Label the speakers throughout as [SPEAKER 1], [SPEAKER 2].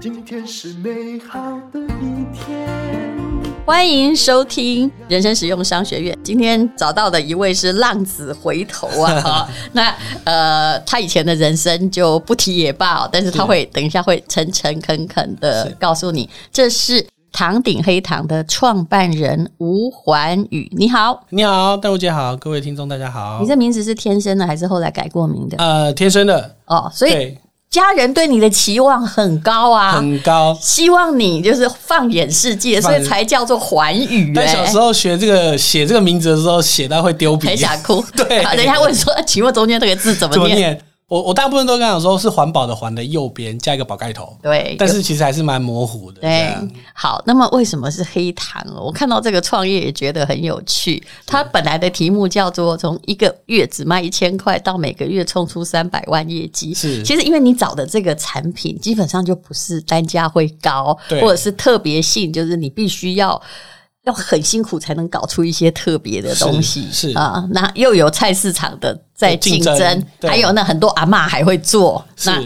[SPEAKER 1] 今天是美好的一天。
[SPEAKER 2] 欢迎收听人生实用商学院。今天找到的一位是浪子回头 啊，哈那呃，他以前的人生就不提也罢、哦，但是他会等一下会诚诚恳恳的告诉你，这是唐鼎黑糖的创办人吴环宇。你好，
[SPEAKER 3] 你好，戴茹姐好，各位听众大家好。
[SPEAKER 2] 你这名字是天生的还是后来改过名的？
[SPEAKER 3] 呃天生的，
[SPEAKER 2] 哦，所以
[SPEAKER 3] 对，
[SPEAKER 2] 家人对你的期望很高啊。
[SPEAKER 3] 很高。
[SPEAKER 2] 希望你就是放眼世界，
[SPEAKER 3] 放
[SPEAKER 2] 所
[SPEAKER 3] 眼
[SPEAKER 2] 以才叫做环宇、
[SPEAKER 3] 但
[SPEAKER 2] 哎
[SPEAKER 3] 小时候学这个写这个名字的时候，写到会丢笔
[SPEAKER 2] 很，想哭。
[SPEAKER 3] 对
[SPEAKER 2] 啊人家问说，请问中间这个字怎么
[SPEAKER 3] 怎么
[SPEAKER 2] 念？
[SPEAKER 3] 念？我我大部分都跟他讲说是环保的环的右边加一个宝盖头，
[SPEAKER 2] 对，
[SPEAKER 3] 但
[SPEAKER 2] 有
[SPEAKER 3] 是其实还是蛮模糊的。这
[SPEAKER 2] 对
[SPEAKER 3] 样，
[SPEAKER 2] 好，那么为什么是黑糖？我看到这个创业也觉得很有趣。它本来的题目叫做“从一个月只卖一千块到每个月冲出三百万业绩”，
[SPEAKER 3] 是
[SPEAKER 2] 其实因为你找的这个产品基本上就不是单价会高，
[SPEAKER 3] 对
[SPEAKER 2] 或者是特别性，就是你必须要。要很辛苦才能搞出一些特别的东西，
[SPEAKER 3] 是是
[SPEAKER 2] 啊，那又有菜市场的在
[SPEAKER 3] 竞
[SPEAKER 2] 竞
[SPEAKER 3] 争
[SPEAKER 2] 争，
[SPEAKER 3] 对
[SPEAKER 2] 还有那很多阿嬷还会做，
[SPEAKER 3] 是
[SPEAKER 2] 那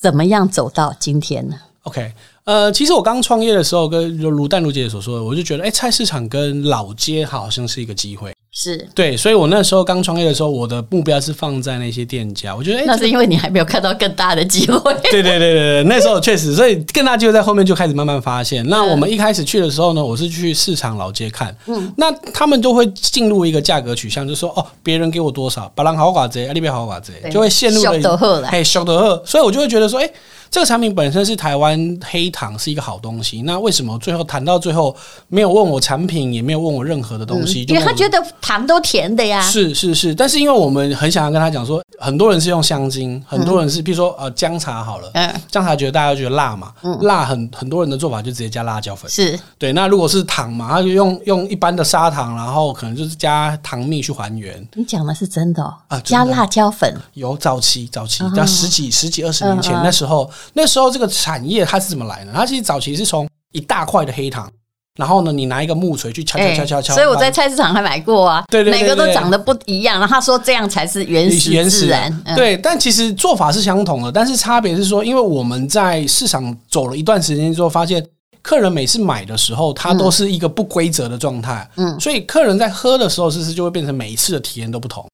[SPEAKER 2] 怎么样走到今天呢？
[SPEAKER 3] OK，呃，其实我刚创业的时候，跟如如淡如姐所说的，我就觉得，哎、菜市场跟老街好像是一个机会。
[SPEAKER 2] 是
[SPEAKER 3] 对，所以我那时候刚创业的时候，我的目标是放在那些店家，我觉得，哎、
[SPEAKER 2] 那是因为你还没有看到更大的机会。
[SPEAKER 3] 对对对对对，那时候确实，所以更大机会在后面就开始慢慢发现。那
[SPEAKER 2] 嗯
[SPEAKER 3] 我们一开始去的时候呢，我是去市场老街看，嗯，那他们就会进入一个价格取向，就说哦，别人给我多少，把人好寡贼，啊那边好寡贼
[SPEAKER 2] 对，
[SPEAKER 3] 就会陷入了
[SPEAKER 2] 俗就好啦
[SPEAKER 3] 嘿，小的二，所以我就会觉得说，哎、这个产品本身是台湾黑糖是一个好东西，那为什么最后谈到最后没有问我产品，也没有问我任何的东西？就
[SPEAKER 2] 嗯因为
[SPEAKER 3] 问
[SPEAKER 2] 他
[SPEAKER 3] 我
[SPEAKER 2] 觉得啊糖都甜的呀，
[SPEAKER 3] 是是是，但是因为我们很想要跟他讲说，很多人是用香精，很多人是比如说呃姜茶好了，
[SPEAKER 2] 嗯，
[SPEAKER 3] 姜茶觉得大家都觉得辣嘛，辣很很多人的做法就直接加辣椒粉。
[SPEAKER 2] 是
[SPEAKER 3] 对，那如果是糖嘛，他就用用一般的砂糖，然后可能就是加糖蜜去还原。
[SPEAKER 2] 你讲的是真的哦
[SPEAKER 3] 啊，真
[SPEAKER 2] 加
[SPEAKER 3] 的
[SPEAKER 2] 辣椒粉
[SPEAKER 3] 有早期早期
[SPEAKER 2] 哦，
[SPEAKER 3] 到十几十几二十年前
[SPEAKER 2] 嗯嗯
[SPEAKER 3] 那时候，那时候这个产业它是怎么来呢？它其实早期是从一大块的黑糖，然后呢，你拿一个木锤去敲敲敲敲敲，
[SPEAKER 2] 哎所以我在菜市场还买过啊，
[SPEAKER 3] 对对对
[SPEAKER 2] 每个都
[SPEAKER 3] 对
[SPEAKER 2] 长得不一样，然后他说这样才是原始
[SPEAKER 3] 原
[SPEAKER 2] 自
[SPEAKER 3] 始啊
[SPEAKER 2] 然，嗯，
[SPEAKER 3] 对，但其实做法是相同的，但是差别是说，因为我们在市场走了一段时间之后，发现客人每次买的时候，它都是一个不规则的状态，嗯，所以客人在喝的时候，其实就会变成每一次的体验都不同。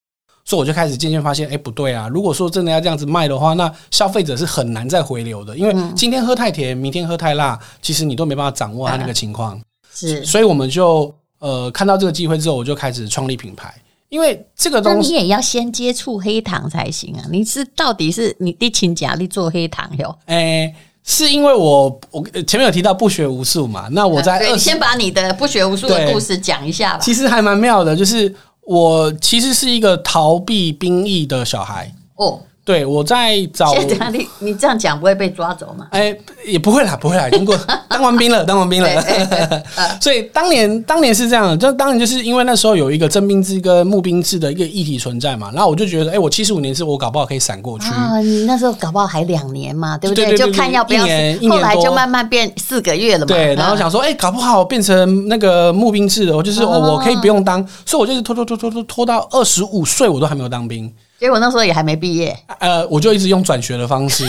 [SPEAKER 3] 所以我就开始渐渐发现，哎，不对啊！如果说真的要这样子卖的话，那消费者是很难再回流的，因为
[SPEAKER 2] 嗯
[SPEAKER 3] 今天喝太甜，明天喝太辣，其实你都没办法掌握它那个情况。
[SPEAKER 2] 是。
[SPEAKER 3] 所以我们就呃看到这个机会之后，我就开始创立品牌，因为这个
[SPEAKER 2] 那
[SPEAKER 3] 东西
[SPEAKER 2] 你也要先接触黑糖才行啊！你是到底是你的请假力做黑糖哟？
[SPEAKER 3] 诶、是因为我我呃前面有提到不学无术嘛，那我在
[SPEAKER 2] 呃对
[SPEAKER 3] 二
[SPEAKER 2] 你
[SPEAKER 3] 十、
[SPEAKER 2] 先把你的不学无术的
[SPEAKER 3] 对
[SPEAKER 2] 故事讲一下吧。
[SPEAKER 3] 其实还蛮妙的，就是我其实是一个逃避兵役的小孩。
[SPEAKER 2] 哦，
[SPEAKER 3] 对，我在找，
[SPEAKER 2] 现在你你这样讲不会被抓走吗？
[SPEAKER 3] 哎、也不会啦，不会啦，已 经过当完兵了，当完兵了。 所以当年当年是这样的，就当年就是因为那时候有一个征兵制跟募兵制的一个议题存在嘛，然后我就觉得，哎、我七十五年制我搞不好可以闪过去。
[SPEAKER 2] 啊，你那时候搞不好还两年嘛，对不
[SPEAKER 3] 对对对
[SPEAKER 2] 就看要不要
[SPEAKER 3] 一年一
[SPEAKER 2] 死，
[SPEAKER 3] 年
[SPEAKER 2] 后来就
[SPEAKER 3] 多
[SPEAKER 2] 慢慢变四个月了嘛。
[SPEAKER 3] 对，然后
[SPEAKER 2] 嗯
[SPEAKER 3] 想说，哎、搞不好变成那个募兵制的，我就是、
[SPEAKER 2] 哦
[SPEAKER 3] 哦、我可以不用当，所以我就是拖拖拖拖拖拖到二十五岁，我都还没有当兵。
[SPEAKER 2] 结果那时候也还没毕 业，
[SPEAKER 3] 呃，我就一直用转学的方式，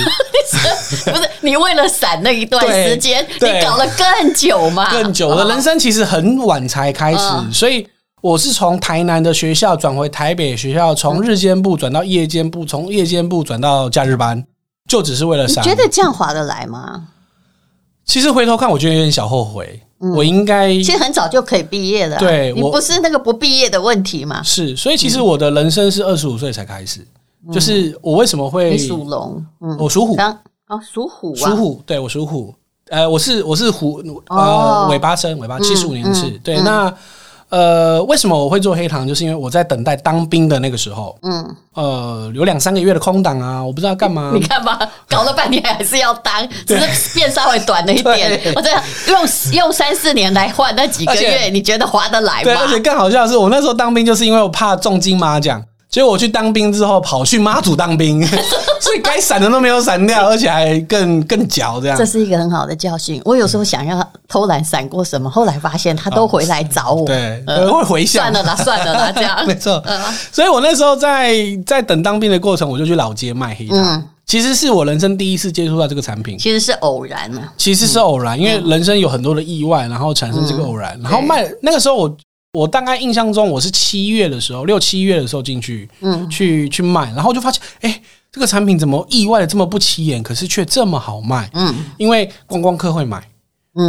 [SPEAKER 2] 不是你为了闪那一段
[SPEAKER 3] 对
[SPEAKER 2] 时间，
[SPEAKER 3] 对
[SPEAKER 2] 你搞了更久嘛？啊
[SPEAKER 3] 更久。我的人生其实很晚才开始，
[SPEAKER 2] 嗯
[SPEAKER 3] 所以我是从台南的学校转回台北学校，从日间部转到夜间部，从夜间部转到假日班，就只是为了
[SPEAKER 2] 你
[SPEAKER 3] 上。
[SPEAKER 2] 觉得这样划得来吗？
[SPEAKER 3] 其实回头看，我觉得有点小后悔，我应该
[SPEAKER 2] 嗯其实很早就可以毕业了啊，
[SPEAKER 3] 对
[SPEAKER 2] 你
[SPEAKER 3] 我
[SPEAKER 2] 不是那个不毕业的问题嘛？
[SPEAKER 3] 是，所以其实我的人生是二十五岁才开始。就是我为什么会
[SPEAKER 2] 你属龙，嗯，
[SPEAKER 3] 我属虎，
[SPEAKER 2] 刚哦属虎啊，
[SPEAKER 3] 属虎，对我属虎，呃，我是我是虎，
[SPEAKER 2] 哦
[SPEAKER 3] 呃，尾巴生尾巴，七十五年制，
[SPEAKER 2] 嗯
[SPEAKER 3] 对，那呃，为什么我会做黑糖？就是因为我在等待当兵的那个时候，
[SPEAKER 2] 嗯，
[SPEAKER 3] 呃，有两三个月的空档啊，我不知道干嘛
[SPEAKER 2] 你，看 吧，搞了半天还是要当，只是变稍微短了一点
[SPEAKER 3] 对。
[SPEAKER 2] 我这样用用三四年来换那几个
[SPEAKER 3] 而且
[SPEAKER 2] 月，你觉得划得来
[SPEAKER 3] 对，
[SPEAKER 2] 吗
[SPEAKER 3] 而？且更好笑的是，我那时候当兵就是因为我怕中金麻将。结果我去当兵之后，跑去妈祖当兵， 所以该闪的都没有闪掉，而且还更更嚼这样
[SPEAKER 2] 这。是一个很好的教训。我有时候想要偷懒闪过什么，后来发现他都回来找我。
[SPEAKER 3] 哦对，
[SPEAKER 2] 呃
[SPEAKER 3] 会回想
[SPEAKER 2] 算。了啦，算了 啦，这样
[SPEAKER 3] 没错
[SPEAKER 2] 嗯
[SPEAKER 3] 所以我那时候在在等当兵的过程，我就去老街卖黑糖。
[SPEAKER 2] 嗯
[SPEAKER 3] 其实是我人生第一次接触到这个产品，
[SPEAKER 2] 其实是偶然啊。
[SPEAKER 3] 其实是偶然，
[SPEAKER 2] 嗯
[SPEAKER 3] 因为人生有很多的意外，然后产生这个偶然，然后卖那个时候我。我大概印象中，我是七月的时候，六七月的时候进去，嗯，去去卖，然后就发现，哎、这个产品怎么意外的这么不起眼，可是却这么好卖？
[SPEAKER 2] 嗯，
[SPEAKER 3] 因为观光客会买，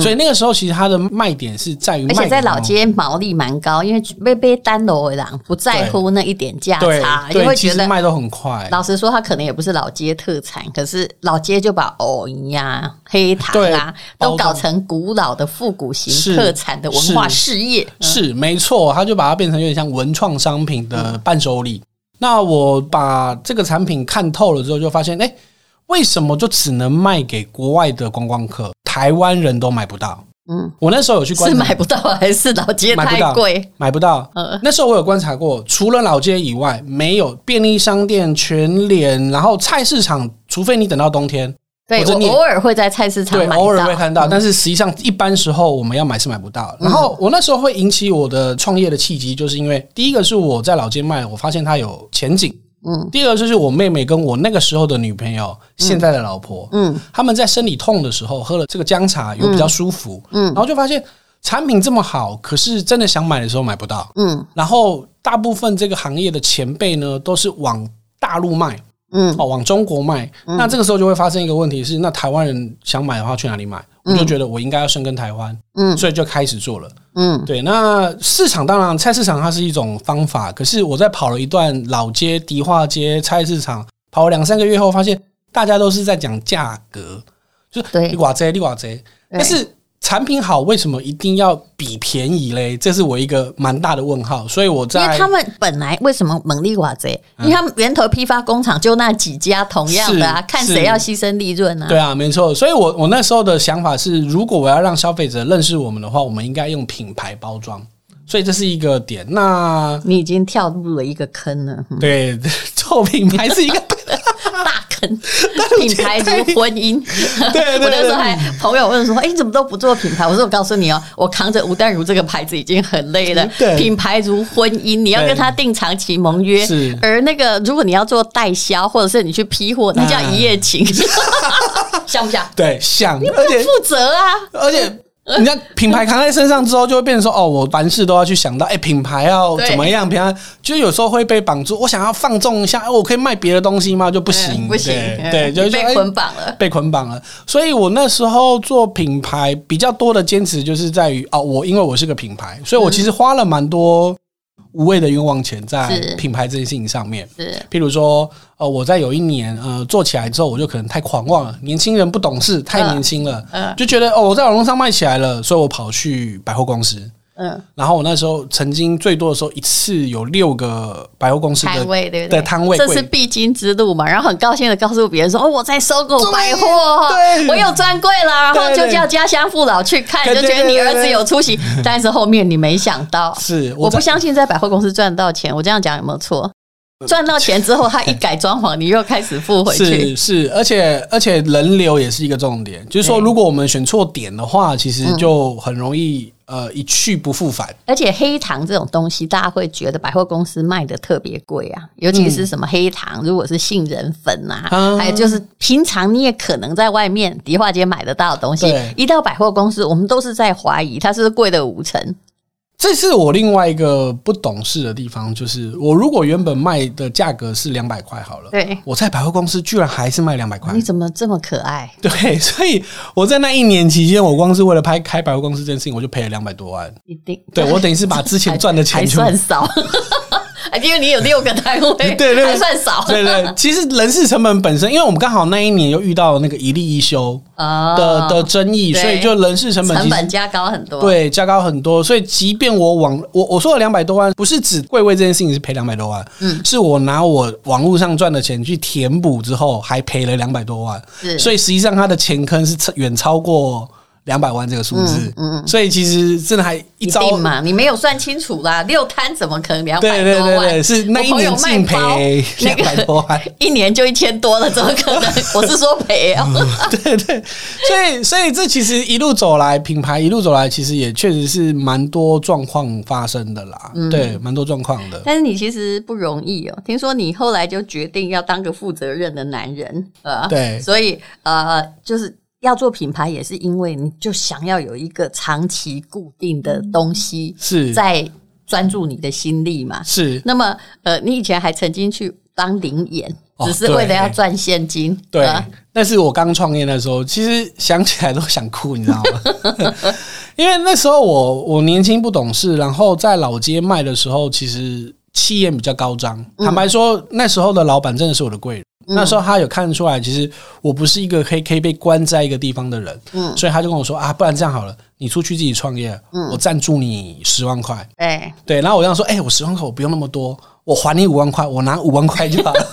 [SPEAKER 3] 所以那个时候其实它的卖点是在于
[SPEAKER 2] 而
[SPEAKER 3] 卖给观光客，
[SPEAKER 2] 且在老街毛利蛮高，因为被被单楼的人不在乎那一点价
[SPEAKER 3] 对
[SPEAKER 2] 差，就
[SPEAKER 3] 对，
[SPEAKER 2] 会
[SPEAKER 3] 其
[SPEAKER 2] 觉
[SPEAKER 3] 实
[SPEAKER 2] 得。
[SPEAKER 3] 卖都很快，
[SPEAKER 2] 老实说，它可能也不是老街特产，可是老街就把藕泥呀、黑糖啊
[SPEAKER 3] 对
[SPEAKER 2] 都搞成古老的复古型
[SPEAKER 3] 是
[SPEAKER 2] 特产的文化事业。
[SPEAKER 3] 是没错，它就把它变成有点像文创商品的伴手礼。那我把这个产品看透了之后，就发现，哎、为什么就只能卖给国外的观光客，台湾人都买不到？
[SPEAKER 2] 嗯，
[SPEAKER 3] 我那时候有去观
[SPEAKER 2] 是
[SPEAKER 3] 察，
[SPEAKER 2] 买不到还是老街
[SPEAKER 3] 买不
[SPEAKER 2] 太
[SPEAKER 3] 到
[SPEAKER 2] 贵？
[SPEAKER 3] 买不到。
[SPEAKER 2] 嗯
[SPEAKER 3] 那时候我有观察过，除了老街以外，没有便利商店、全联，然后菜市场，除非你等到冬天，
[SPEAKER 2] 对
[SPEAKER 3] 或者
[SPEAKER 2] 我
[SPEAKER 3] 你也
[SPEAKER 2] 偶尔会在菜市场
[SPEAKER 3] 对，
[SPEAKER 2] 买
[SPEAKER 3] 偶尔会看到，
[SPEAKER 2] 嗯
[SPEAKER 3] 但是实际上一般时候我们要买是买不到的。然后我那时候会引起我的创业的契机，就是因为第一个是我在老街卖，我发现它有前景。
[SPEAKER 2] 嗯
[SPEAKER 3] 第二个就是我妹妹跟我那个时候的女朋友，现在的老婆，
[SPEAKER 2] 嗯
[SPEAKER 3] 他们在生理痛的时候喝了这个姜茶，有比较舒服，
[SPEAKER 2] 嗯
[SPEAKER 3] 然后就发现产品这么好，可是真的想买的时候买不到。
[SPEAKER 2] 嗯
[SPEAKER 3] 然后大部分这个行业的前辈呢，都是往大陆卖，
[SPEAKER 2] 嗯
[SPEAKER 3] 哦，往中国卖，那这个时候就会发生一个问题是，那台湾人想买的话去哪里买？我就觉得我应该要深耕台湾，
[SPEAKER 2] 嗯
[SPEAKER 3] 所以就开始做了。
[SPEAKER 2] 嗯
[SPEAKER 3] 对，那市场当然菜市场它是一种方法，可是我在跑了一段老街、迪化街、菜市场，跑了两三个月后，发现大家都是在讲价格，就是
[SPEAKER 2] 对
[SPEAKER 3] 你寡贼，你寡贼，但是。产品好，为什么一定要比便宜嘞？这是我一个蛮大的问号，所以我在嗯
[SPEAKER 2] 因为他们本来为什么蒙利瓦贼？因为他们源头批发工厂就那几家同样的啊，
[SPEAKER 3] 是
[SPEAKER 2] 看
[SPEAKER 3] 是
[SPEAKER 2] 谁要牺牲利润啊
[SPEAKER 3] 对。啊，没错。所以我我那时候的想法是，如果我要让消费者认识我们的话，我们应该用品牌包装。所以这是一个点。那
[SPEAKER 2] 你已经跳入了一个坑了，嗯
[SPEAKER 3] 对 做品牌是一个，
[SPEAKER 2] 大 坑。品牌如婚姻，
[SPEAKER 3] 对对
[SPEAKER 2] 我那时候还朋友问说：“哎、你怎么都不做品牌？”我说：“我告诉你哦，我扛着吴淡如这个牌子已经很累了。
[SPEAKER 3] 嗯对
[SPEAKER 2] 品牌如婚姻，你要
[SPEAKER 3] 对
[SPEAKER 2] 跟他定长期盟约
[SPEAKER 3] 是。
[SPEAKER 2] 而那个，如果你要做代销，或者是你去批货，那叫一夜情，
[SPEAKER 3] 嗯
[SPEAKER 2] 像不像？
[SPEAKER 3] 对，像，而且
[SPEAKER 2] 负责啊，
[SPEAKER 3] 而且。人家品牌扛在身上之后，就会变成说哦，我凡事都要去想到，哎、品牌要
[SPEAKER 2] 对
[SPEAKER 3] 怎么样？平常就有时候会被绑住，我想要放纵一下，哎我可以卖别的东西吗？就不行，
[SPEAKER 2] 嗯不行，
[SPEAKER 3] 对
[SPEAKER 2] 嗯
[SPEAKER 3] 对，就
[SPEAKER 2] 你
[SPEAKER 3] 是说
[SPEAKER 2] 被
[SPEAKER 3] 哎
[SPEAKER 2] 捆绑了。
[SPEAKER 3] 被捆绑了。所以我那时候做品牌比较多的坚持，就是在于哦，我因为我是个品牌，所以我其实花了蛮多无谓的冤枉钱在
[SPEAKER 2] 是
[SPEAKER 3] 品牌这件事情上面。
[SPEAKER 2] 是
[SPEAKER 3] 譬如说，呃，我在有一年，呃，做起来之后，我就可能太狂妄了，年轻人不懂事，太年轻了，
[SPEAKER 2] 嗯
[SPEAKER 3] 就觉得哦，我在网络上卖起来了，所以我跑去百货公司。
[SPEAKER 2] 嗯，
[SPEAKER 3] 然后我那时候曾经最多的时候，一次有六个百货公司的
[SPEAKER 2] 摊位对不对？
[SPEAKER 3] 的摊位
[SPEAKER 2] 这
[SPEAKER 3] 柜
[SPEAKER 2] 是必经之路嘛。然后很高兴的告诉别人说：“哦，我在搜狗百货，
[SPEAKER 3] 对对
[SPEAKER 2] 我有专柜啦。”然后
[SPEAKER 3] 对
[SPEAKER 2] 就
[SPEAKER 3] 对
[SPEAKER 2] 叫家乡父老去看，
[SPEAKER 3] 对
[SPEAKER 2] 就
[SPEAKER 3] 对
[SPEAKER 2] 觉得
[SPEAKER 3] 对
[SPEAKER 2] 你
[SPEAKER 3] 对
[SPEAKER 2] 儿子
[SPEAKER 3] 对
[SPEAKER 2] 有出息。但是后面你没想 到，
[SPEAKER 3] 是
[SPEAKER 2] 我不
[SPEAKER 3] 在
[SPEAKER 2] 相信在百货公司赚到钱。我这样讲有没有 错？赚到钱之后，他一改装潢，你又开始付回去。
[SPEAKER 3] 是是，而且而且人流也是一个重点，就是说，
[SPEAKER 2] 对
[SPEAKER 3] 如果我们选错点的话，其实
[SPEAKER 2] 嗯
[SPEAKER 3] 就很容易、呃一去不复返。
[SPEAKER 2] 而且黑糖这种东西，大家会觉得百货公司卖的特别贵啊，尤其是什么黑糖，如果是杏仁粉啊，
[SPEAKER 3] 啊
[SPEAKER 2] 还有就是平常你也可能在外面迪化街买得到的东西
[SPEAKER 3] 对，
[SPEAKER 2] 一到百货公司，我们都是在怀疑它是不是贵了五成。
[SPEAKER 3] 这是我另外一个不懂事的地方，就是我如果原本卖的价格是两百块好了，
[SPEAKER 2] 对，
[SPEAKER 3] 我在百货公司居然还是卖两百块
[SPEAKER 2] 你。怎么这么可爱？
[SPEAKER 3] 对，所以我在那一年期间，我光是为了拍开百货公司这件事情，我就赔了两百多万。
[SPEAKER 2] 一定
[SPEAKER 3] 对我等于是把之前赚的钱
[SPEAKER 2] 还
[SPEAKER 3] 全部
[SPEAKER 2] 算少， 因为你有六个单位，
[SPEAKER 3] 对对
[SPEAKER 2] 还算少。
[SPEAKER 3] 对 对，其实人事成本本身，因为我们刚好那一年又遇到那个一例一休
[SPEAKER 2] 啊
[SPEAKER 3] 的、的争议，
[SPEAKER 2] 对
[SPEAKER 3] 所以就人事成本其
[SPEAKER 2] 成
[SPEAKER 3] 实
[SPEAKER 2] 本加高很多。
[SPEAKER 3] 对，加高很多。所以即便我网我我说的两百多万，不是指贵位这件事情是赔两百多万，嗯，是我拿我网络上赚的钱去填补之后，还赔了两百多万。
[SPEAKER 2] 是
[SPEAKER 3] 所以实际上它的钱坑是超远超过。两百万这个数字，
[SPEAKER 2] 嗯嗯
[SPEAKER 3] 所以其实真的还一
[SPEAKER 2] 一
[SPEAKER 3] 招
[SPEAKER 2] 定嘛，你没有算清楚啦，六摊怎么可能两百
[SPEAKER 3] 对对
[SPEAKER 2] 多
[SPEAKER 3] 对
[SPEAKER 2] 万？
[SPEAKER 3] 对，是那一
[SPEAKER 2] 我朋友
[SPEAKER 3] 年
[SPEAKER 2] 卖
[SPEAKER 3] 净
[SPEAKER 2] 包
[SPEAKER 3] 赔
[SPEAKER 2] 那
[SPEAKER 3] 两百
[SPEAKER 2] 个
[SPEAKER 3] 多万。
[SPEAKER 2] 一年就一千多了，怎么可 能？我是说赔哦，
[SPEAKER 3] 嗯对对，所以所以这其实一路走来，品牌一路走来，其实也确实是蛮多状况发生的啦。对，蛮多状况的。
[SPEAKER 2] 但是你其实不容易哦。听说你后来就决定要当个负责任的男人，呃，
[SPEAKER 3] 对
[SPEAKER 2] 所以呃，就是要做品牌，也是因为你就想要有一个长期固定的东西，
[SPEAKER 3] 是
[SPEAKER 2] 在专注你的心力嘛。
[SPEAKER 3] 是，
[SPEAKER 2] 那么呃，你以前还曾经去当领演，
[SPEAKER 3] 哦
[SPEAKER 2] 只是为了
[SPEAKER 3] 对
[SPEAKER 2] 要赚现金，
[SPEAKER 3] 对
[SPEAKER 2] 呃。
[SPEAKER 3] 但是我刚创业的时候，其实想起来都想哭，你知道吗？ 因为那时候我我年轻不懂事，然后在老街卖的时候，其实气焰比较高涨。坦白说，那时候的老板真的是我的贵人。那时候他有看出来，其实我不是一个可以可以被关在一个地方的人，
[SPEAKER 2] 嗯
[SPEAKER 3] 所以他就跟我说啊，不然这样好了，你出去自己创业，我赞助你十万块。
[SPEAKER 2] 哎，
[SPEAKER 3] 对，然后我这样说，哎、我十万块我不用那么多，我还你五万块，我拿五万块就好了。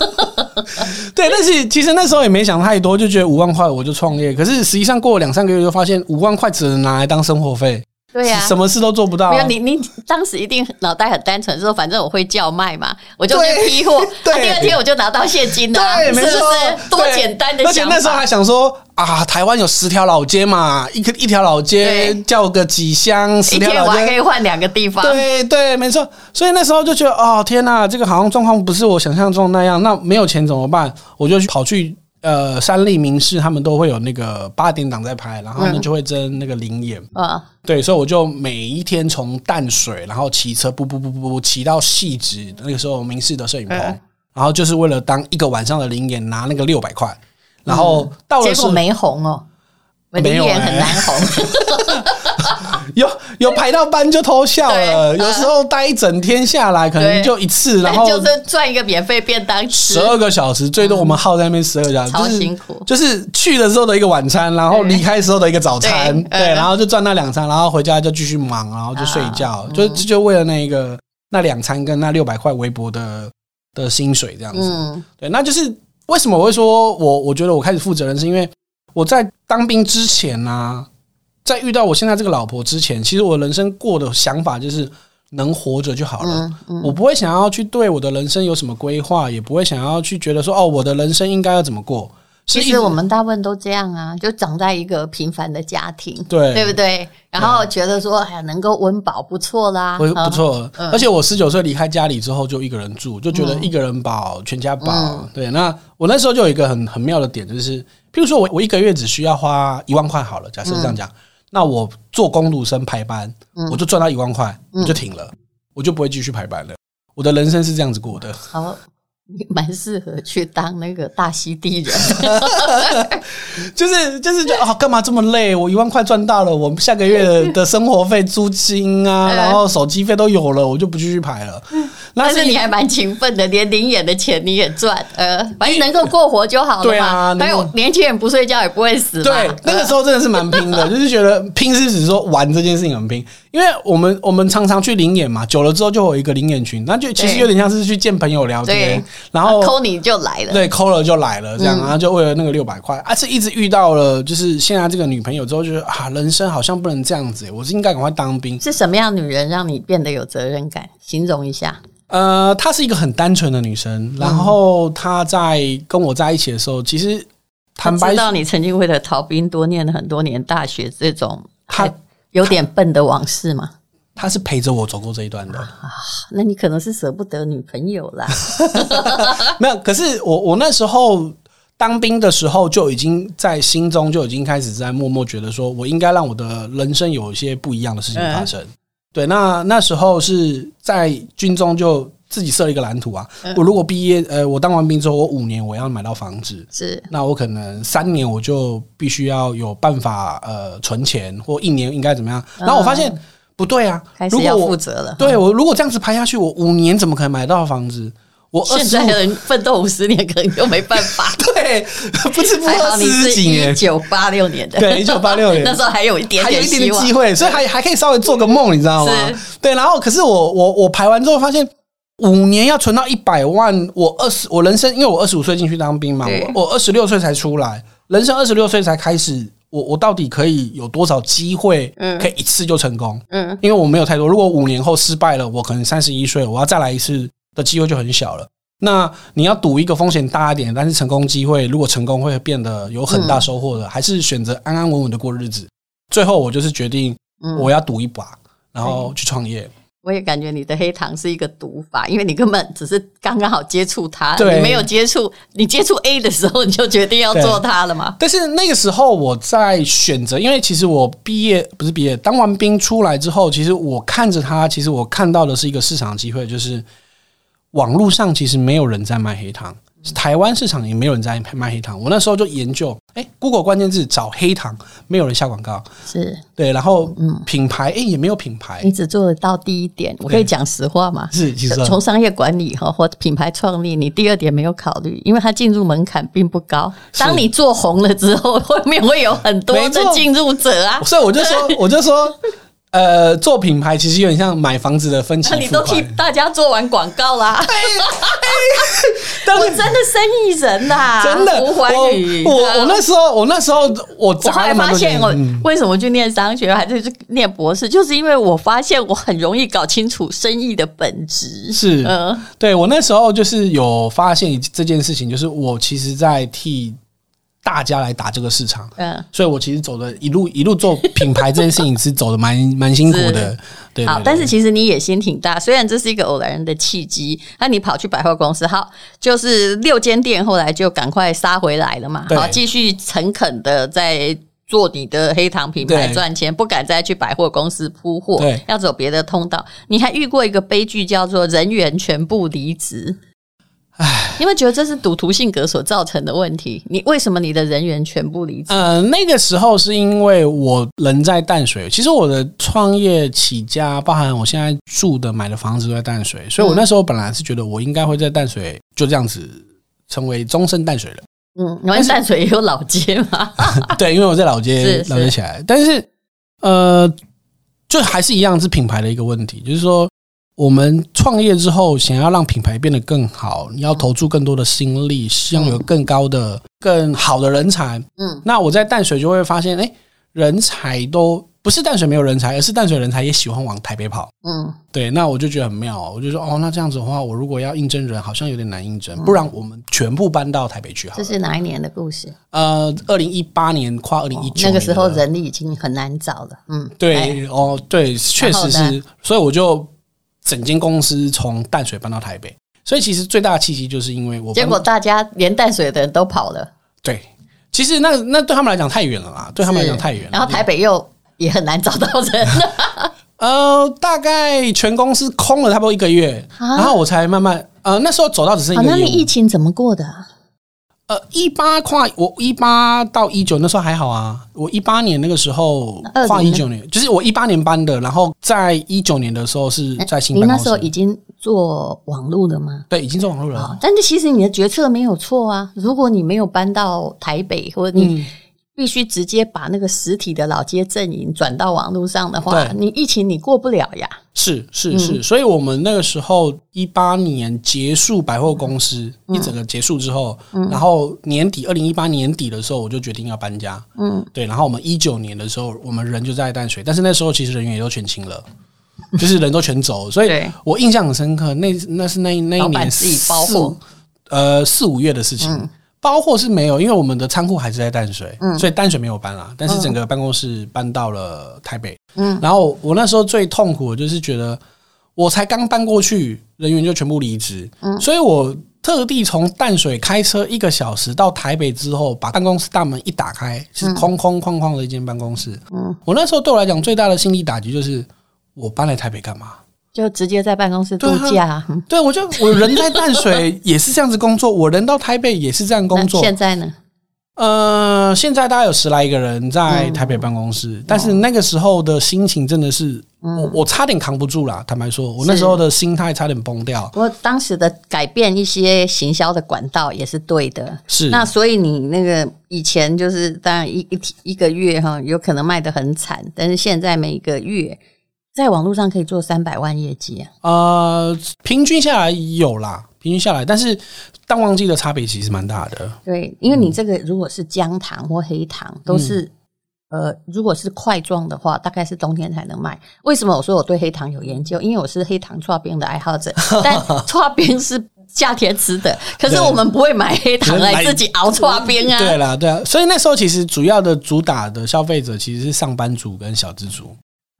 [SPEAKER 3] 对，但是其实那时候也没想太多，就觉得五万块我就创业。可是实际上过了两三个月，就发现五万块只能拿来当生活费，
[SPEAKER 2] 对呀、
[SPEAKER 3] 什么事都做不到
[SPEAKER 2] 没
[SPEAKER 3] 啊、
[SPEAKER 2] 有你，你当时一定脑袋很单纯，说反正我会叫卖嘛，我就去
[SPEAKER 3] 对
[SPEAKER 2] 批货，
[SPEAKER 3] 对
[SPEAKER 2] 啊、第二天我就拿到现金了啊，
[SPEAKER 3] 对，
[SPEAKER 2] 是不
[SPEAKER 3] 没错，
[SPEAKER 2] 是？多
[SPEAKER 3] 对
[SPEAKER 2] 简单的
[SPEAKER 3] 而且
[SPEAKER 2] 想
[SPEAKER 3] 那时候
[SPEAKER 2] 法
[SPEAKER 3] 还。想说啊，台湾有十条老街嘛，一个一条老街
[SPEAKER 2] 对
[SPEAKER 3] 叫个几箱，十
[SPEAKER 2] 一
[SPEAKER 3] 条
[SPEAKER 2] 天我
[SPEAKER 3] 老
[SPEAKER 2] 还可
[SPEAKER 3] 街
[SPEAKER 2] 以换两个地方，
[SPEAKER 3] 对对，没错。所以那时候就觉得，哦，天哪，这个好像状况不是我想象中那样。那没有钱怎么办？我就去跑去呃三立民视，他们都会有那个八点档在拍，然后他们就会争那个零演。
[SPEAKER 2] 嗯，
[SPEAKER 3] 对，所以我就每一天从淡水，然后骑车，不不不不不，骑到汐止，那个时候民视的摄影棚，
[SPEAKER 2] 嗯
[SPEAKER 3] 然后就是为了当一个晚上的零演拿那个六百块。然后到了
[SPEAKER 2] 结
[SPEAKER 3] 是
[SPEAKER 2] 果没红哦，我的
[SPEAKER 3] 没有
[SPEAKER 2] 脸
[SPEAKER 3] 哎
[SPEAKER 2] 很难红，
[SPEAKER 3] 有有排到班就偷笑了，
[SPEAKER 2] 对
[SPEAKER 3] 有时候待一整天下来可
[SPEAKER 2] 对
[SPEAKER 3] 能就一次， 然后
[SPEAKER 2] 就是赚一个免费便当吃
[SPEAKER 3] 十，二个小时，最多我们耗在那边十二个小时，
[SPEAKER 2] 超
[SPEAKER 3] 就是
[SPEAKER 2] 辛苦
[SPEAKER 3] 就是去的时候的一个晚餐，然后
[SPEAKER 2] 对
[SPEAKER 3] 离开时候的一个早餐，
[SPEAKER 2] 对
[SPEAKER 3] 对，
[SPEAKER 2] 嗯
[SPEAKER 3] 然后就赚那两餐，然后回家就继续忙，然后就睡
[SPEAKER 2] 啊
[SPEAKER 3] 觉，就
[SPEAKER 2] 嗯
[SPEAKER 3] 就就为了那一个那两餐跟那六百块微薄的的薪水这样子，
[SPEAKER 2] 嗯
[SPEAKER 3] 对，那就是为什么我会说我我觉得我开始负责任，是因为我在当兵之前呢、在遇到我现在这个老婆之前，其实我人生过的想法就是能活着就好了。
[SPEAKER 2] 嗯嗯，
[SPEAKER 3] 我不会想要去对我的人生有什么规划，也不会想要去觉得说哦，我的人生应该要怎么过。是
[SPEAKER 2] 其
[SPEAKER 3] 一
[SPEAKER 2] 实
[SPEAKER 3] 直
[SPEAKER 2] 我们大部分都这样啊，就长在一个平凡的家庭，
[SPEAKER 3] 对
[SPEAKER 2] 对不对？然后觉得说，哎呀，能够温饱不错啦，
[SPEAKER 3] 我
[SPEAKER 2] 啊
[SPEAKER 3] 不错，
[SPEAKER 2] 嗯
[SPEAKER 3] 而且我十九岁离开家里之后就一个人住，就觉得一个人保全家保。
[SPEAKER 2] 嗯
[SPEAKER 3] 对，那我那时候就有一个很很妙的点，就是譬如说我我一个月只需要花一万块好了，假设这样
[SPEAKER 2] 嗯
[SPEAKER 3] 讲，那我做工读生排班，我就赚到一万块，我
[SPEAKER 2] 嗯
[SPEAKER 3] 就停了，我就不会继续排班了。我的人生是这样子过的，
[SPEAKER 2] 好，你蛮适合去当那个大溪地 人。
[SPEAKER 3] 就是就是觉得啊，干嘛这么累？我一万块赚到了，我下个月的生活费、租金啊，
[SPEAKER 2] 嗯
[SPEAKER 3] 然后手机费都有了，我就不继续排了。那
[SPEAKER 2] 但是你还蛮勤奋的，连零演的钱你也赚，呃，反正能够过活就好了嘛。
[SPEAKER 3] 对啊能
[SPEAKER 2] 还有
[SPEAKER 3] 够
[SPEAKER 2] 年轻人不睡觉也不会死嘛。呃
[SPEAKER 3] 对那个时候真的是蛮 拼的，就是觉得拼是指说玩这件事情很拼，因为我们我们常常去零演嘛，久了之后就有一个零演群，那就其实
[SPEAKER 2] 对
[SPEAKER 3] 有点像是去见朋友聊天
[SPEAKER 2] 对，
[SPEAKER 3] 然
[SPEAKER 2] 呃
[SPEAKER 3] 后
[SPEAKER 2] 抠嗯你就来了。
[SPEAKER 3] 对，抠了就来了，这样，然后就为了那个六百块，啊，是一直遇到了就是现在这个女朋友之后，就觉得啊，人生好像不能这样子，我是应该赶快当兵。
[SPEAKER 2] 是什么样的女人让你变得有责任感？形容一下。
[SPEAKER 3] 呃，她是一个很单纯的女生，
[SPEAKER 2] 嗯
[SPEAKER 3] 然后她在跟我在一起的时候，其实坦
[SPEAKER 2] 我
[SPEAKER 3] 白
[SPEAKER 2] 知
[SPEAKER 3] 说
[SPEAKER 2] 道你曾经为了逃兵多念了很多年大学，这种
[SPEAKER 3] 他
[SPEAKER 2] 还有点笨的往事嘛。
[SPEAKER 3] 她是陪着我走过这一段的。
[SPEAKER 2] 那你可能是舍不得女朋友 啦。
[SPEAKER 3] 没有，可是我我那时候当兵的时候就已经在心中就已经开始在默默觉得说，我应该让我的人生有一些不一样的事情发
[SPEAKER 2] 嗯
[SPEAKER 3] 生。对，那那时候是在军中就自己设了一个蓝图啊。
[SPEAKER 2] 嗯
[SPEAKER 3] 我如果毕业，呃，我当完兵之后，我五年我要买到房子。
[SPEAKER 2] 是，
[SPEAKER 3] 那我可能三年我就必须要有办法呃存钱，或一年应该怎么样？然后我发现、不对啊
[SPEAKER 2] 嗯开，始
[SPEAKER 3] 如
[SPEAKER 2] 要
[SPEAKER 3] 果我
[SPEAKER 2] 负责了。
[SPEAKER 3] 对我如果这样子拍下去，我五年怎么可能买到房子？我二
[SPEAKER 2] 现
[SPEAKER 3] 十
[SPEAKER 2] 在的人奋斗五十年，可能就没办法。
[SPEAKER 3] 对，不是不
[SPEAKER 2] 还好
[SPEAKER 3] 到
[SPEAKER 2] 你
[SPEAKER 3] 十
[SPEAKER 2] 是
[SPEAKER 3] 几
[SPEAKER 2] 一
[SPEAKER 3] 年，
[SPEAKER 2] 九八六年的，
[SPEAKER 3] 欸对1986 年
[SPEAKER 2] 那时候还有一点
[SPEAKER 3] 还有
[SPEAKER 2] 点
[SPEAKER 3] 一点
[SPEAKER 2] 希
[SPEAKER 3] 点
[SPEAKER 2] 望
[SPEAKER 3] 机。会，所以还还可以稍微做个梦，你知道吗
[SPEAKER 2] 是？
[SPEAKER 3] 对，然后可是我我我排完之后发现。五年要存到一百万，我二十我人生，因为我二十五岁进去当兵嘛，
[SPEAKER 2] 对
[SPEAKER 3] 我我二十六岁才出来，人生二十六岁才开始我我到底可以有多少机会，可以一次就成功？
[SPEAKER 2] 嗯
[SPEAKER 3] 因为我没有太多。如果五年后失败了，我可能三十一岁，我要再来一次的机会就很小了。那你要赌一个风险大一点，但是成功机会，如果成功会变得有很大收获的，还是选择安安稳稳的过日子？最后我就是决定，
[SPEAKER 2] 嗯，
[SPEAKER 3] 我要赌一把，然后去创业。
[SPEAKER 2] 我也感觉你的黑糖是一个毒法，因为你根本只是刚刚好接触它，
[SPEAKER 3] 对
[SPEAKER 2] 你没有接触，你接触 A 的时候你就决定要
[SPEAKER 3] 对
[SPEAKER 2] 做它了嘛。
[SPEAKER 3] 但是那个时候我在选择，因为其实我毕业不是毕业，当完兵出来之后，其实我看着他，其实我看到的是一个市场机会，就是网络上其实没有人在卖黑糖，台湾市场也没有人在卖黑糖。我那时候就研究，哎、g o o g l e 关键字找黑糖，没有人下广告，
[SPEAKER 2] 是
[SPEAKER 3] 对，然后品牌，哎、也没有品牌
[SPEAKER 2] 你，只做得到第一点，我可以讲实话嘛？
[SPEAKER 3] 是其实
[SPEAKER 2] 从商业管理哈或品牌创立，你第二点没有考虑，因为它进入门槛并不高。
[SPEAKER 3] 是
[SPEAKER 2] 当你做红了之后， 后面会有很多
[SPEAKER 3] 没
[SPEAKER 2] 的
[SPEAKER 3] 错
[SPEAKER 2] 进入者啊。
[SPEAKER 3] 所以我就说，我就说，呃，做品牌其实有点像买房子的分期
[SPEAKER 2] 那啊你
[SPEAKER 3] 付
[SPEAKER 2] 都替
[SPEAKER 3] 款，
[SPEAKER 2] 大家做完广告 啦，
[SPEAKER 3] 哎但
[SPEAKER 2] 我
[SPEAKER 3] 是
[SPEAKER 2] 真的生意人呐、
[SPEAKER 3] 真的，
[SPEAKER 2] 啊胡怀宇，
[SPEAKER 3] 我我
[SPEAKER 2] 啊
[SPEAKER 3] 我那时候，我那时候我
[SPEAKER 2] 我后
[SPEAKER 3] 砸
[SPEAKER 2] 来
[SPEAKER 3] 了蛮
[SPEAKER 2] 发
[SPEAKER 3] 多钱
[SPEAKER 2] 现，我
[SPEAKER 3] 嗯
[SPEAKER 2] 为什么去念商学，还是去念博士，就是因为我发现我很容易搞清楚生意的本质。
[SPEAKER 3] 是
[SPEAKER 2] 嗯，
[SPEAKER 3] 对我那时候就是有发现这件事情，就是我其实在替大家来打这个市场，
[SPEAKER 2] 嗯，
[SPEAKER 3] 所以我其实走的一路一路做品牌这件事情是走的蛮蛮辛苦的，对对
[SPEAKER 2] 好
[SPEAKER 3] 对，
[SPEAKER 2] 但是其实你野心挺大，虽然这是一个偶然的契机，那你跑去百货公司，好，就是六间店，后来就赶快杀回来了嘛，
[SPEAKER 3] 对
[SPEAKER 2] 好，继续诚恳的在做你的黑糖品牌
[SPEAKER 3] 对
[SPEAKER 2] 赚钱，不敢再去百货公司铺货
[SPEAKER 3] 对，
[SPEAKER 2] 要走别的通道。你还遇过一个悲剧，叫做人员全部离职。唉，你会觉得这是赌徒性格所造成的问题？你为什么你的人员全部离职？
[SPEAKER 3] 呃，那个时候是因为我人在淡水，其实我的创业起家，包含我现在住的、买的房子都在淡水，所以我
[SPEAKER 2] 嗯
[SPEAKER 3] 那时候本来是觉得我应该会在淡水就这样子成为终身淡水人。
[SPEAKER 2] 嗯，因为淡水也有老街嘛，
[SPEAKER 3] 对，因为我在老街
[SPEAKER 2] 是是
[SPEAKER 3] 老街起来，但是呃，就还是一样是品牌的一个问题，就是说我们创业之后，想要让品牌变得更好，你要投注更多的心力，希望有更高的、更好的人才。
[SPEAKER 2] 嗯，
[SPEAKER 3] 那我在淡水就会发现，哎、人才都不是淡水没有人才，而是淡水人才也喜欢往台北跑。
[SPEAKER 2] 嗯。
[SPEAKER 3] 对，那我就觉得很妙哦，我就说哦，那这样子的话，我如果要应征人，好像有点难应征，不然我们全部搬到台北去好
[SPEAKER 2] 这嗯
[SPEAKER 3] 了。
[SPEAKER 2] 是哪一年的故事？
[SPEAKER 3] 呃，二零一八年跨二零一九
[SPEAKER 2] 哦那个时候人力已经很难找了。嗯，哎，
[SPEAKER 3] 对，哦，对，确实
[SPEAKER 2] 然后
[SPEAKER 3] 是，所以我就整间公司从淡水搬到台北，所以其实最大的契机就是因为我搬
[SPEAKER 2] 结果大家连淡水的人都跑了，
[SPEAKER 3] 对，其实那那对他们来讲太远了啦，对他们来讲
[SPEAKER 2] 是
[SPEAKER 3] 太远了。
[SPEAKER 2] 然后台北又也很难找到人
[SPEAKER 3] 呃，大概全公司空了差不多一个月，
[SPEAKER 2] 啊
[SPEAKER 3] 然后我才慢慢呃 那时候走到只剩一
[SPEAKER 2] 好，
[SPEAKER 3] 个
[SPEAKER 2] 那
[SPEAKER 3] 业
[SPEAKER 2] 你
[SPEAKER 3] 务
[SPEAKER 2] 疫情怎么过的啊？
[SPEAKER 3] 呃一八跨我一八到一九那时候还好啊，我一八年那个时候
[SPEAKER 2] 20
[SPEAKER 3] 跨
[SPEAKER 2] 呢
[SPEAKER 3] 一九年，就是我一八年搬的，然后在一九年的时候是在新
[SPEAKER 2] 哎你
[SPEAKER 3] 办
[SPEAKER 2] 那
[SPEAKER 3] 公
[SPEAKER 2] 时候
[SPEAKER 3] 室，
[SPEAKER 2] 已经做网络了吗？
[SPEAKER 3] 对，已经做网络了。
[SPEAKER 2] 啊，但是其实你的决策没有错啊。如果你没有搬到台北，或者
[SPEAKER 3] 嗯
[SPEAKER 2] 你必须直接把那个实体的老街阵营转到网络上的话，
[SPEAKER 3] 对
[SPEAKER 2] 你疫情你过不了呀。
[SPEAKER 3] 是是是，所以我们那个时候一八年结束百货公司、一整个结束之后，然后年底二零一八年底的时候，我就决定要搬家。嗯，对，然后我们一九年的时候，我们人就在淡水，但是那时候其实人员也都全清了。就是人都全走，所以
[SPEAKER 2] 对
[SPEAKER 3] 我印象很深刻。那那是那那一
[SPEAKER 2] 老板
[SPEAKER 3] 年
[SPEAKER 2] 自己包
[SPEAKER 3] 四
[SPEAKER 2] 货，嗯
[SPEAKER 3] 呃四五月的事情。包货是没有，因为我们的仓库还是在淡水，所以淡水没有搬啦。但
[SPEAKER 2] 嗯
[SPEAKER 3] 是整个办公室搬到了台北。嗯，然后我那时候最痛苦的就是觉得，我才刚搬过去，人员就全部离职。
[SPEAKER 2] 嗯
[SPEAKER 3] 所以我特地从淡水开车一个小时到台北之后，把办公室大门一打开，是
[SPEAKER 2] 嗯
[SPEAKER 3] 空空旷旷的一间办公室。嗯，我那时候对我来讲最大的心理打击就是，我搬来台北干嘛？
[SPEAKER 2] 就直接在办公室度
[SPEAKER 3] 对啊
[SPEAKER 2] 假啊。嗯
[SPEAKER 3] 对，我就我人在淡 水也是这样子工作，我人到台北也是这样工
[SPEAKER 2] 那
[SPEAKER 3] 作。
[SPEAKER 2] 现在呢？
[SPEAKER 3] 呃，现在大概有十来个人
[SPEAKER 2] 嗯
[SPEAKER 3] 在台北办公室，但是那个时候的心情真的是，
[SPEAKER 2] 嗯
[SPEAKER 3] 我我差点扛不住啦。坦白说，我那时候的心态差点崩掉。
[SPEAKER 2] 我当时的改变一些行销的管道也是对的。
[SPEAKER 3] 是，
[SPEAKER 2] 那所以你那个以前就是当然一一一个月哈，有可能卖得很惨，但是现在每个月在网络上可以做三百万业绩、啊，
[SPEAKER 3] 呃，平均下来有啦，平均下来，但是淡旺季的差别其实蛮大的。
[SPEAKER 2] 对，因为你这个如果是姜糖或黑糖，都是呃，如果是块状的话，大概是冬天才能卖。为什么我说我对黑糖有研究？因为我是黑糖刨冰的爱好者，但刨冰是夏天吃的，可是我们不会买黑糖来自己熬刨冰啊。
[SPEAKER 3] 对啦，对啊，所以那时候其实主要的主打的消费者其实是上班族跟小资族，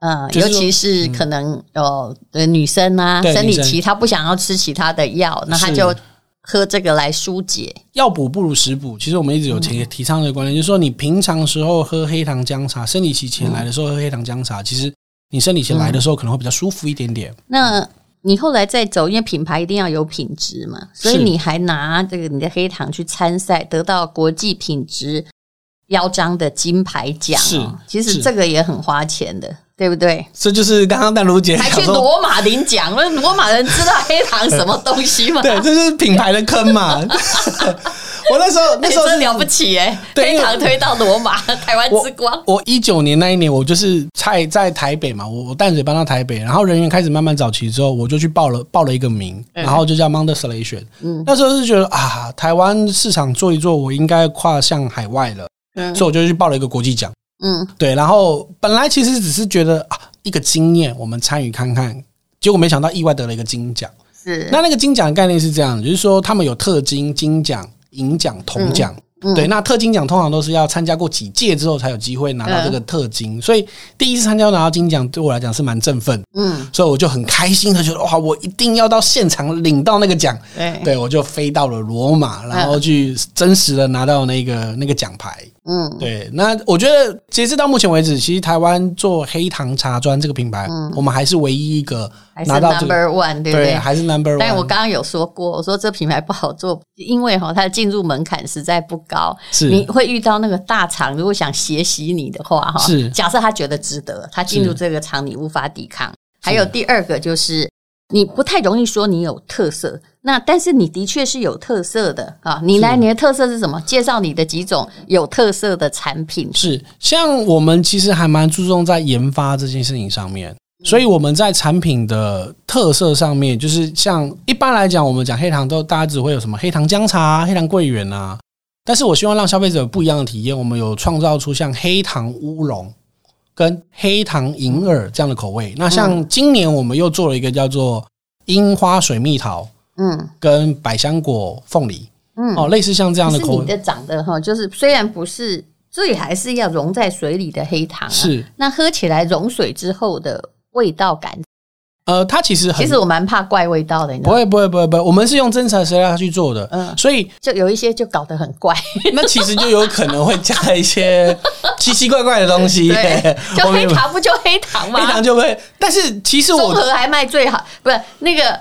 [SPEAKER 2] 嗯，
[SPEAKER 3] 就是
[SPEAKER 2] 尤
[SPEAKER 3] 说
[SPEAKER 2] 其是可能有呃女生啊，
[SPEAKER 3] 对
[SPEAKER 2] 生理
[SPEAKER 3] 女生
[SPEAKER 2] 期她不想要吃其他的药，那她
[SPEAKER 3] 是
[SPEAKER 2] 就喝这个来疏解。
[SPEAKER 3] 要补不如食补。其实我们一
[SPEAKER 2] 嗯
[SPEAKER 3] 直有提提倡这个观念，就是说你平常时候喝黑糖姜茶，生理期
[SPEAKER 2] 嗯
[SPEAKER 3] 前来的时候喝黑糖姜茶，其实你生理前来的时候可能会比较舒服一点点。
[SPEAKER 2] 那你后来再走，因为品牌一定要有品质嘛，所以
[SPEAKER 3] 是
[SPEAKER 2] 你还拿这个你的黑糖去参赛，得到国际品质标章的金牌奖哦、
[SPEAKER 3] 是
[SPEAKER 2] 其实
[SPEAKER 3] 是
[SPEAKER 2] 这个也很花钱的，对不 对？
[SPEAKER 3] 这就是刚刚淡如姐
[SPEAKER 2] 还
[SPEAKER 3] 讲
[SPEAKER 2] 去
[SPEAKER 3] 说，
[SPEAKER 2] 罗马领奖，那罗马人知道黑糖什么东西吗？
[SPEAKER 3] 对，这就是品牌的 坑嘛。我那时候那
[SPEAKER 2] 哎
[SPEAKER 3] 时候
[SPEAKER 2] 真
[SPEAKER 3] 是
[SPEAKER 2] 了不起哎、
[SPEAKER 3] 对
[SPEAKER 2] 黑
[SPEAKER 3] 因为
[SPEAKER 2] 糖推到罗 马，台湾之光。
[SPEAKER 3] 我一九年那一年，我就是在在台北嘛，我我淡水搬到台北，然后人员开始慢慢早期之后，我就去报了报了一个名，
[SPEAKER 2] 嗯
[SPEAKER 3] 然后就叫 Mondeslation。那时候是觉得啊，台湾市场做一做，我应该跨向海外了，
[SPEAKER 2] 嗯
[SPEAKER 3] 所以我就去报了一个国际奖。
[SPEAKER 2] 嗯，
[SPEAKER 3] 对，然后本来其实只是觉得啊，一个经验，我们参与看看。结果没想到意外得了一个金奖。
[SPEAKER 2] 是
[SPEAKER 3] 那那个金奖的概念是这样，就是说他们有特金、金奖、银奖、铜奖。对，那特金奖通常都是要参加过几届之后才有机会拿到这个特金，所以第一次参加拿到金奖对我来讲是蛮振奋，
[SPEAKER 2] 嗯，
[SPEAKER 3] 所以我就很开心的觉得哇，我一定要到现场领到那个奖，
[SPEAKER 2] 对
[SPEAKER 3] 对我就飞到了罗马，然后去真实的拿到那个那个奖牌。
[SPEAKER 2] 嗯
[SPEAKER 3] 对，那我觉得截至到目前为止，其实台湾做黑糖茶砖这个品牌，我们还是唯一一个
[SPEAKER 2] 嗯还是
[SPEAKER 3] 拿到这个
[SPEAKER 2] number one，对不对？
[SPEAKER 3] 还是 number one。
[SPEAKER 2] 但我刚刚有说过，我说这品牌不好做，因为哈、它的进入门槛实在不高。
[SPEAKER 3] 是
[SPEAKER 2] 你会遇到那个大厂，如果想学习你的话哈、
[SPEAKER 3] 是
[SPEAKER 2] 假设他觉得值得，他进入这个厂你无法抵抗。还有第二个就是。你不太容易说你有特色，那但是你的确是有特色的啊！你来，你的特色是什么？介绍你的几种有特色的产品。
[SPEAKER 3] 是像我们其实还蛮注重在研发这件事情上面，所以我们在产品的特色上面，就是像一般来讲，我们讲黑糖都大家只会有什么黑糖姜茶啊、黑糖桂圆啊，但是我希望让消费者有不一样的体验，我们有创造出像黑糖乌龙。跟黑糖银耳这样的口味，那像今年我们又做了一个叫做樱花水蜜桃
[SPEAKER 2] 嗯，
[SPEAKER 3] 跟百香果凤梨，嗯，哦，类似像这样的
[SPEAKER 2] 是
[SPEAKER 3] 口
[SPEAKER 2] 你
[SPEAKER 3] 味，
[SPEAKER 2] 的长得哈，就是虽然不是，这也还是要溶在水里的黑糖、啊。
[SPEAKER 3] 是
[SPEAKER 2] 那喝起来溶水之后的味道感，
[SPEAKER 3] 呃，它其实很
[SPEAKER 2] 其实我蛮怕怪味道的，你知
[SPEAKER 3] 不
[SPEAKER 2] 道吗？
[SPEAKER 3] 会不会不会不会，我们是用真材实料去做的，
[SPEAKER 2] 嗯
[SPEAKER 3] 所以
[SPEAKER 2] 就有一些就搞得很 怪，
[SPEAKER 3] 那其实就有可能会加一 些奇奇怪怪的东西，
[SPEAKER 2] 对，就
[SPEAKER 3] 我们
[SPEAKER 2] 黑
[SPEAKER 3] 也
[SPEAKER 2] 糖不就黑糖吗
[SPEAKER 3] 黑？糖就会，但是其实
[SPEAKER 2] 综
[SPEAKER 3] 我
[SPEAKER 2] 合还卖最好，不是那个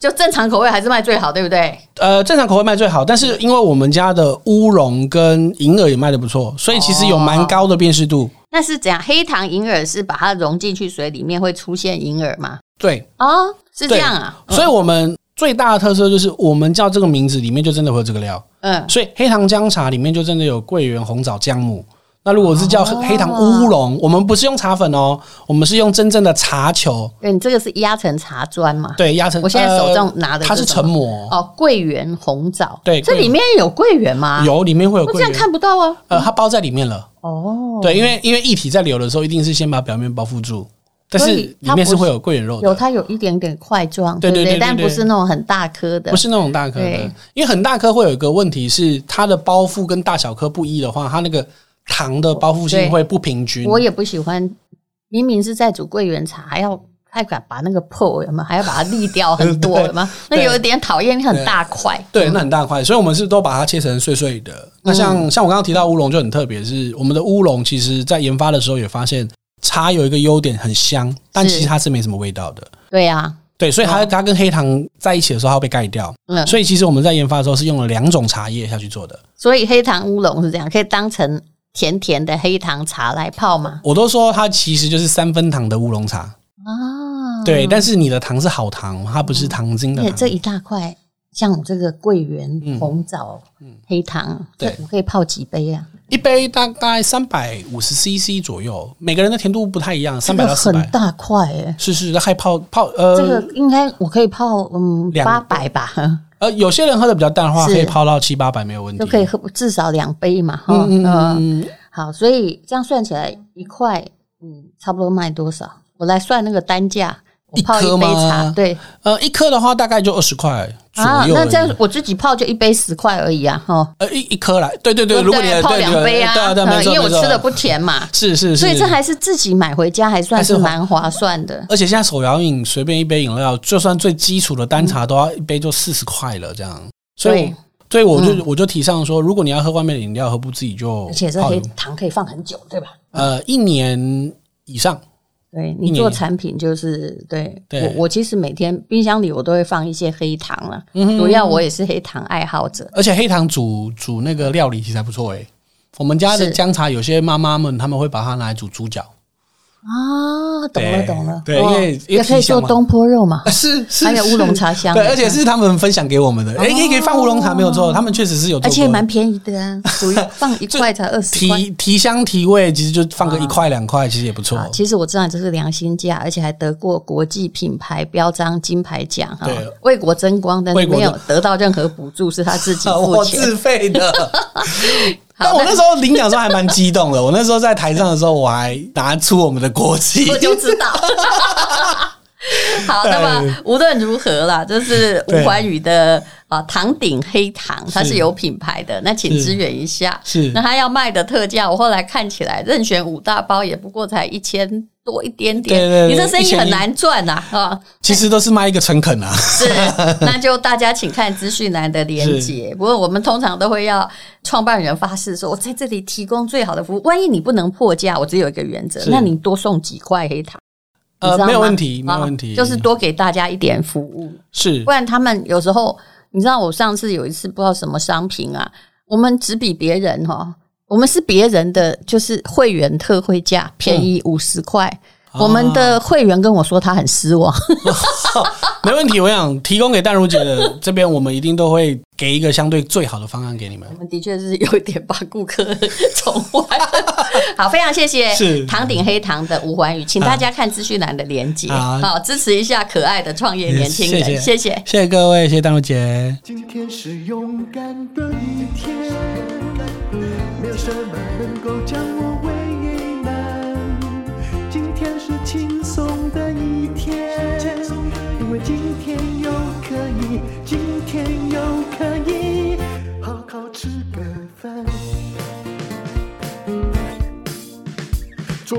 [SPEAKER 2] 就正常口味还是卖最好，对不对？
[SPEAKER 3] 呃正常口味卖最好，但是因为我们家的乌龙跟银耳也卖的不错，所以其
[SPEAKER 2] 哦
[SPEAKER 3] 实有蛮高的辨识度。
[SPEAKER 2] 那是怎样？黑糖银耳是把它溶进去水里面会出现银耳吗？
[SPEAKER 3] 对，
[SPEAKER 2] 哦，是这
[SPEAKER 3] 对
[SPEAKER 2] 样啊，
[SPEAKER 3] 所以我们最大的特色就是我们叫这个名字里面就真的会有这个料，
[SPEAKER 2] 嗯，
[SPEAKER 3] 所以黑糖姜茶里面就真的有桂圆、红枣、姜母。那如果是叫
[SPEAKER 2] 哦
[SPEAKER 3] 黑糖乌龙，我们不是用茶粉哦，我们是用真正的茶球。
[SPEAKER 2] 对你这个是压成茶砖嘛？
[SPEAKER 3] 对，压成。
[SPEAKER 2] 我现在手上拿的
[SPEAKER 3] 呃它
[SPEAKER 2] 是
[SPEAKER 3] 是
[SPEAKER 2] 什么
[SPEAKER 3] 成膜，
[SPEAKER 2] 哦，桂圆红枣，
[SPEAKER 3] 对
[SPEAKER 2] 这
[SPEAKER 3] 桂圆
[SPEAKER 2] 里面有桂圆吗？，
[SPEAKER 3] 有里面会有
[SPEAKER 2] 这
[SPEAKER 3] 桂
[SPEAKER 2] 样
[SPEAKER 3] 圆，
[SPEAKER 2] 看不到啊。
[SPEAKER 3] 呃，它包在里面了。
[SPEAKER 2] 哦，
[SPEAKER 3] 对，因为因为液体在流的时候，一定是先把表面包覆住，但
[SPEAKER 2] 所
[SPEAKER 3] 是
[SPEAKER 2] 以它
[SPEAKER 3] 里面是
[SPEAKER 2] 不是
[SPEAKER 3] 会有桂圆肉
[SPEAKER 2] 有
[SPEAKER 3] 的，
[SPEAKER 2] 它有一点点块状，
[SPEAKER 3] 对
[SPEAKER 2] 不
[SPEAKER 3] 对对对
[SPEAKER 2] 但
[SPEAKER 3] 对
[SPEAKER 2] 不是那种很大颗的，
[SPEAKER 3] 不是那种大颗
[SPEAKER 2] 对
[SPEAKER 3] 的。因为很大颗会有一个问题是，它的包覆跟大小颗不一的话，它那个糖的包覆
[SPEAKER 2] 对
[SPEAKER 3] 性会不平均。
[SPEAKER 2] 我也不喜欢，明明是在煮桂圆茶，还要还敢把那个破有没有？还要把它沥掉很多
[SPEAKER 3] 对
[SPEAKER 2] 有没有？那
[SPEAKER 3] 对
[SPEAKER 2] 有一点讨厌，很大块。
[SPEAKER 3] 对，那很大块，所以我们是都把它切成碎碎的。
[SPEAKER 2] 嗯
[SPEAKER 3] 那像像我刚刚提到乌龙就很特别，是我们的乌龙，其实在研发的时候也发现茶有一个优点，很香，但
[SPEAKER 2] 是
[SPEAKER 3] 其实它是没什么味道的。
[SPEAKER 2] 对呀，
[SPEAKER 3] 对，所以它
[SPEAKER 2] 哦
[SPEAKER 3] 它跟黑糖在一起的时候，它会被盖掉。
[SPEAKER 2] 嗯，
[SPEAKER 3] 所以其实我们在研发的时候是用了两种茶叶下去做的。
[SPEAKER 2] 所以黑糖乌龙是这样，可以当成甜甜的黑糖茶来泡吗？
[SPEAKER 3] 我都说它其实就是三分糖的乌龙茶，
[SPEAKER 2] 啊，
[SPEAKER 3] 对，但是你的糖是好糖，它不是糖精的
[SPEAKER 2] 而且嗯这
[SPEAKER 3] 糖。
[SPEAKER 2] 一大块，像我这个桂圆、
[SPEAKER 3] 嗯
[SPEAKER 2] 红枣、黑糖，
[SPEAKER 3] 对
[SPEAKER 2] 这我可以泡几杯啊？
[SPEAKER 3] 一杯大概三百五十 CC 左右，每个人的甜度不太一样，三百到四
[SPEAKER 2] 这个很
[SPEAKER 3] 百。
[SPEAKER 2] 大块哎，
[SPEAKER 3] 是是，还泡泡呃、
[SPEAKER 2] 这个应该我可以泡嗯
[SPEAKER 3] 两
[SPEAKER 2] 八百吧，
[SPEAKER 3] 呃，有些人喝的比较淡的话，
[SPEAKER 2] 是
[SPEAKER 3] 可以泡到七八百没有问题。
[SPEAKER 2] 就可以喝至少两杯嘛哈。
[SPEAKER 3] 嗯
[SPEAKER 2] 嗯
[SPEAKER 3] 嗯嗯，嗯
[SPEAKER 2] 好，所以这样算起来一块，嗯，差不多卖多少？我来算那个单价，我
[SPEAKER 3] 一
[SPEAKER 2] 泡
[SPEAKER 3] 颗
[SPEAKER 2] 一杯
[SPEAKER 3] 吗
[SPEAKER 2] 茶，对
[SPEAKER 3] 呃，一颗的话大概就二十块左右而
[SPEAKER 2] 啊，
[SPEAKER 3] 已。
[SPEAKER 2] 那这样我自己泡就一杯十块而已啊，哈，
[SPEAKER 3] 呃一一颗来，对对对，
[SPEAKER 2] 不
[SPEAKER 3] 如果你
[SPEAKER 2] 泡两杯啊，
[SPEAKER 3] 对对对，
[SPEAKER 2] 嗯
[SPEAKER 3] 没错，
[SPEAKER 2] 因为我
[SPEAKER 3] 没错
[SPEAKER 2] 吃的不甜嘛，
[SPEAKER 3] 是是是，
[SPEAKER 2] 所以这还是自己买回家还算
[SPEAKER 3] 还是哦
[SPEAKER 2] 是
[SPEAKER 3] 划
[SPEAKER 2] 蛮划算的。
[SPEAKER 3] 而且现在手摇饮随便一杯饮料，就算最基础的单茶都要一杯就四十块了，这样。所以
[SPEAKER 2] 对嗯
[SPEAKER 3] 我，所以我就、我就提倡说，如果你要喝外面的饮料，何不自己就
[SPEAKER 2] 而且这
[SPEAKER 3] 泡
[SPEAKER 2] 黑
[SPEAKER 3] 饮
[SPEAKER 2] 糖可以放很久，对吧？
[SPEAKER 3] 呃一年以上，
[SPEAKER 2] 对
[SPEAKER 3] 一
[SPEAKER 2] 你
[SPEAKER 3] 年
[SPEAKER 2] 做产品就是对
[SPEAKER 3] 对
[SPEAKER 2] 我，我其实每天冰箱里我都会放一些黑糖了，
[SPEAKER 3] 嗯哼
[SPEAKER 2] 主要我也是黑糖爱好者。
[SPEAKER 3] 而且黑糖煮煮那个料理其实还不错诶、我们家的
[SPEAKER 2] 是
[SPEAKER 3] 姜茶，有些妈妈们他们会把它拿来煮猪脚，
[SPEAKER 2] 啊，懂了
[SPEAKER 3] 对
[SPEAKER 2] 懂了，
[SPEAKER 3] 对
[SPEAKER 2] 哦
[SPEAKER 3] 因为
[SPEAKER 2] 也
[SPEAKER 3] 也
[SPEAKER 2] 可以
[SPEAKER 3] 提
[SPEAKER 2] 做
[SPEAKER 3] 香嘛
[SPEAKER 2] 东坡肉嘛，
[SPEAKER 3] 是是，
[SPEAKER 2] 还有乌龙茶香哦
[SPEAKER 3] 对，而且是他们分享给我们的，哎、可以可以放乌龙茶没有错，他们确实是有做
[SPEAKER 2] 而
[SPEAKER 3] 过的，
[SPEAKER 2] 且蛮便宜的啊，属于放一块才二十 块
[SPEAKER 3] 提提香提味，其实就放个一块两块，其实也不错。
[SPEAKER 2] 啊。其实我知道这是良心价，而且还得过国际品牌标章金牌奖哈
[SPEAKER 3] 对，
[SPEAKER 2] 为国争光，但
[SPEAKER 3] 为
[SPEAKER 2] 是
[SPEAKER 3] 国
[SPEAKER 2] 没有
[SPEAKER 3] 争
[SPEAKER 2] 得到任何补助，是他自己付
[SPEAKER 3] 我
[SPEAKER 2] 钱。
[SPEAKER 3] 自 费的，但
[SPEAKER 2] 好
[SPEAKER 3] 我那时候领奖的时候还蛮激动的。我那时候在台上的时候，我还拿出我们的国旗
[SPEAKER 2] 我。就 知道。好，那么无论如何啦，这是吴怀宇
[SPEAKER 3] 哎
[SPEAKER 2] 的啊糖顶黑糖，它是有品牌的，那请
[SPEAKER 3] 是
[SPEAKER 2] 支援一下。
[SPEAKER 3] 是
[SPEAKER 2] 那它要卖的特价，我后来看起来任选五大包也不过才一千多一点点，
[SPEAKER 3] 对对对
[SPEAKER 2] 你这生意
[SPEAKER 3] 1100
[SPEAKER 2] 很难赚呐啊！啊
[SPEAKER 3] 其实都是卖一个诚恳啊，
[SPEAKER 2] 是， 那就大家请看资讯栏的连接。不过我们通常都会要创办人发誓说，我在这里提供最好的服务。万一你不能破价，我只有一个原则，
[SPEAKER 3] 是
[SPEAKER 2] 那你多送几块黑糖。
[SPEAKER 3] 呃
[SPEAKER 2] 你知道吗
[SPEAKER 3] 没有问
[SPEAKER 2] 啊
[SPEAKER 3] 题没有问题
[SPEAKER 2] 就是多给大家一点服务，
[SPEAKER 3] 是
[SPEAKER 2] 不然他们有时候，你知道，我上次有一次不知道什么商品啊，我们只比别人哈、哦，我们是别人的就是会员特惠价便宜
[SPEAKER 3] 嗯
[SPEAKER 2] 五十块，
[SPEAKER 3] 啊
[SPEAKER 2] 我们的会员跟我说他很失望，
[SPEAKER 3] 没问题。我想提供给淡如姐的这边，我们一定都会给一个相对最好的方案给你们
[SPEAKER 2] 我。们的确是有一点把顾客宠 坏。好，非常谢谢
[SPEAKER 3] 是啊
[SPEAKER 2] 唐鼎黑糖的吴环宇，请大家看资讯栏的连接，
[SPEAKER 3] 好
[SPEAKER 2] 好支持一下可爱的创业年轻人，
[SPEAKER 3] 啊谢
[SPEAKER 2] 谢
[SPEAKER 3] 谢
[SPEAKER 2] 谢
[SPEAKER 3] 谢谢各位，谢谢淡如姐。
[SPEAKER 1] 今天是勇敢的一天，没有什么能够将我为难。今天是轻松的一天，因为今天又可以，今天又可以好好吃个饭，做